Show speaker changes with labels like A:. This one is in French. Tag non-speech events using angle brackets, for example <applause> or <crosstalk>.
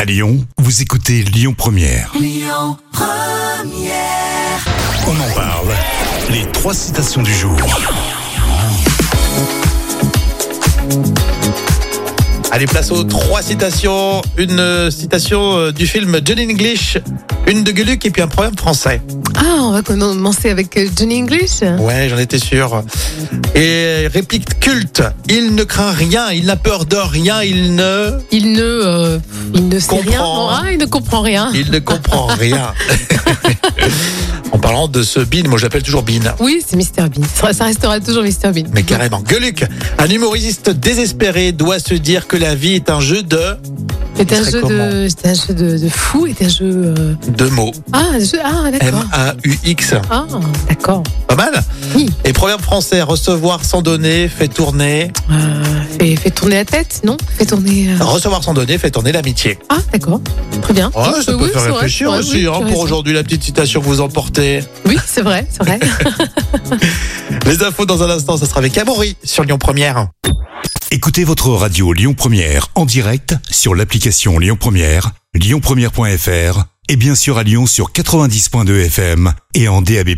A: À Lyon, vous écoutez Lyon Première. On en parle. Les trois citations du jour.
B: Allez, place aux trois citations. Une euh, citation euh, du film John English, une de Gueluc et puis un proverbe français.
C: Ah, on va commencer avec euh, Johnny English.
B: Ouais, j'en étais sûr. Et réplique culte. Il ne craint rien, il n'a peur de rien, il ne,
C: Il ne, euh, il ne sait
B: Comprend. hein.
C: rien. non Ah, il ne comprend rien.
B: il ne
C: <laughs>
B: comprend rien. <laughs> en parlant de ce Bean, moi je l'appelle toujours Bean.
C: Oui, c'est Mr Bean. Ça, ça restera toujours Mr Bean.
B: Mais carrément, Gueluc, un humoriste désespéré doit se dire que la vie est un jeu de,
C: C'est un
B: serait
C: jeu
B: comment
C: de, c'est un jeu de, de fou. C'est un jeu. euh,
B: de mots.
C: Ah, un jeu. Ah, d'accord.
B: M-A-U-X.
C: Ah, d'accord.
B: Pas mal
C: Oui.
B: Et proverbe français, recevoir sans donner fait tourner.
C: Euh, fais, fais tourner la tête, non Fais tourner. euh,
B: Recevoir sans donner fait tourner l'amitié.
C: Ah, d'accord. Très bien.
B: Ouais, ça
C: Ah, bah Oui,
B: peut
C: oui,
B: faire
C: c'est vrai,
B: réfléchir
C: c'est vrai,
B: aussi
C: oui,
B: hein,
C: tu as
B: pour
C: raison.
B: aujourd'hui la petite citation que vous emportez.
C: Oui, c'est vrai,
B: <laughs>
C: c'est vrai.
B: Les infos dans un instant, ça sera avec Amaury sur Lyon Première.
A: Écoutez votre radio Lyon Première en direct sur l'application Lyon Première, lyonpremière.fr et bien sûr à Lyon sur 90.2 FM et en DAB+.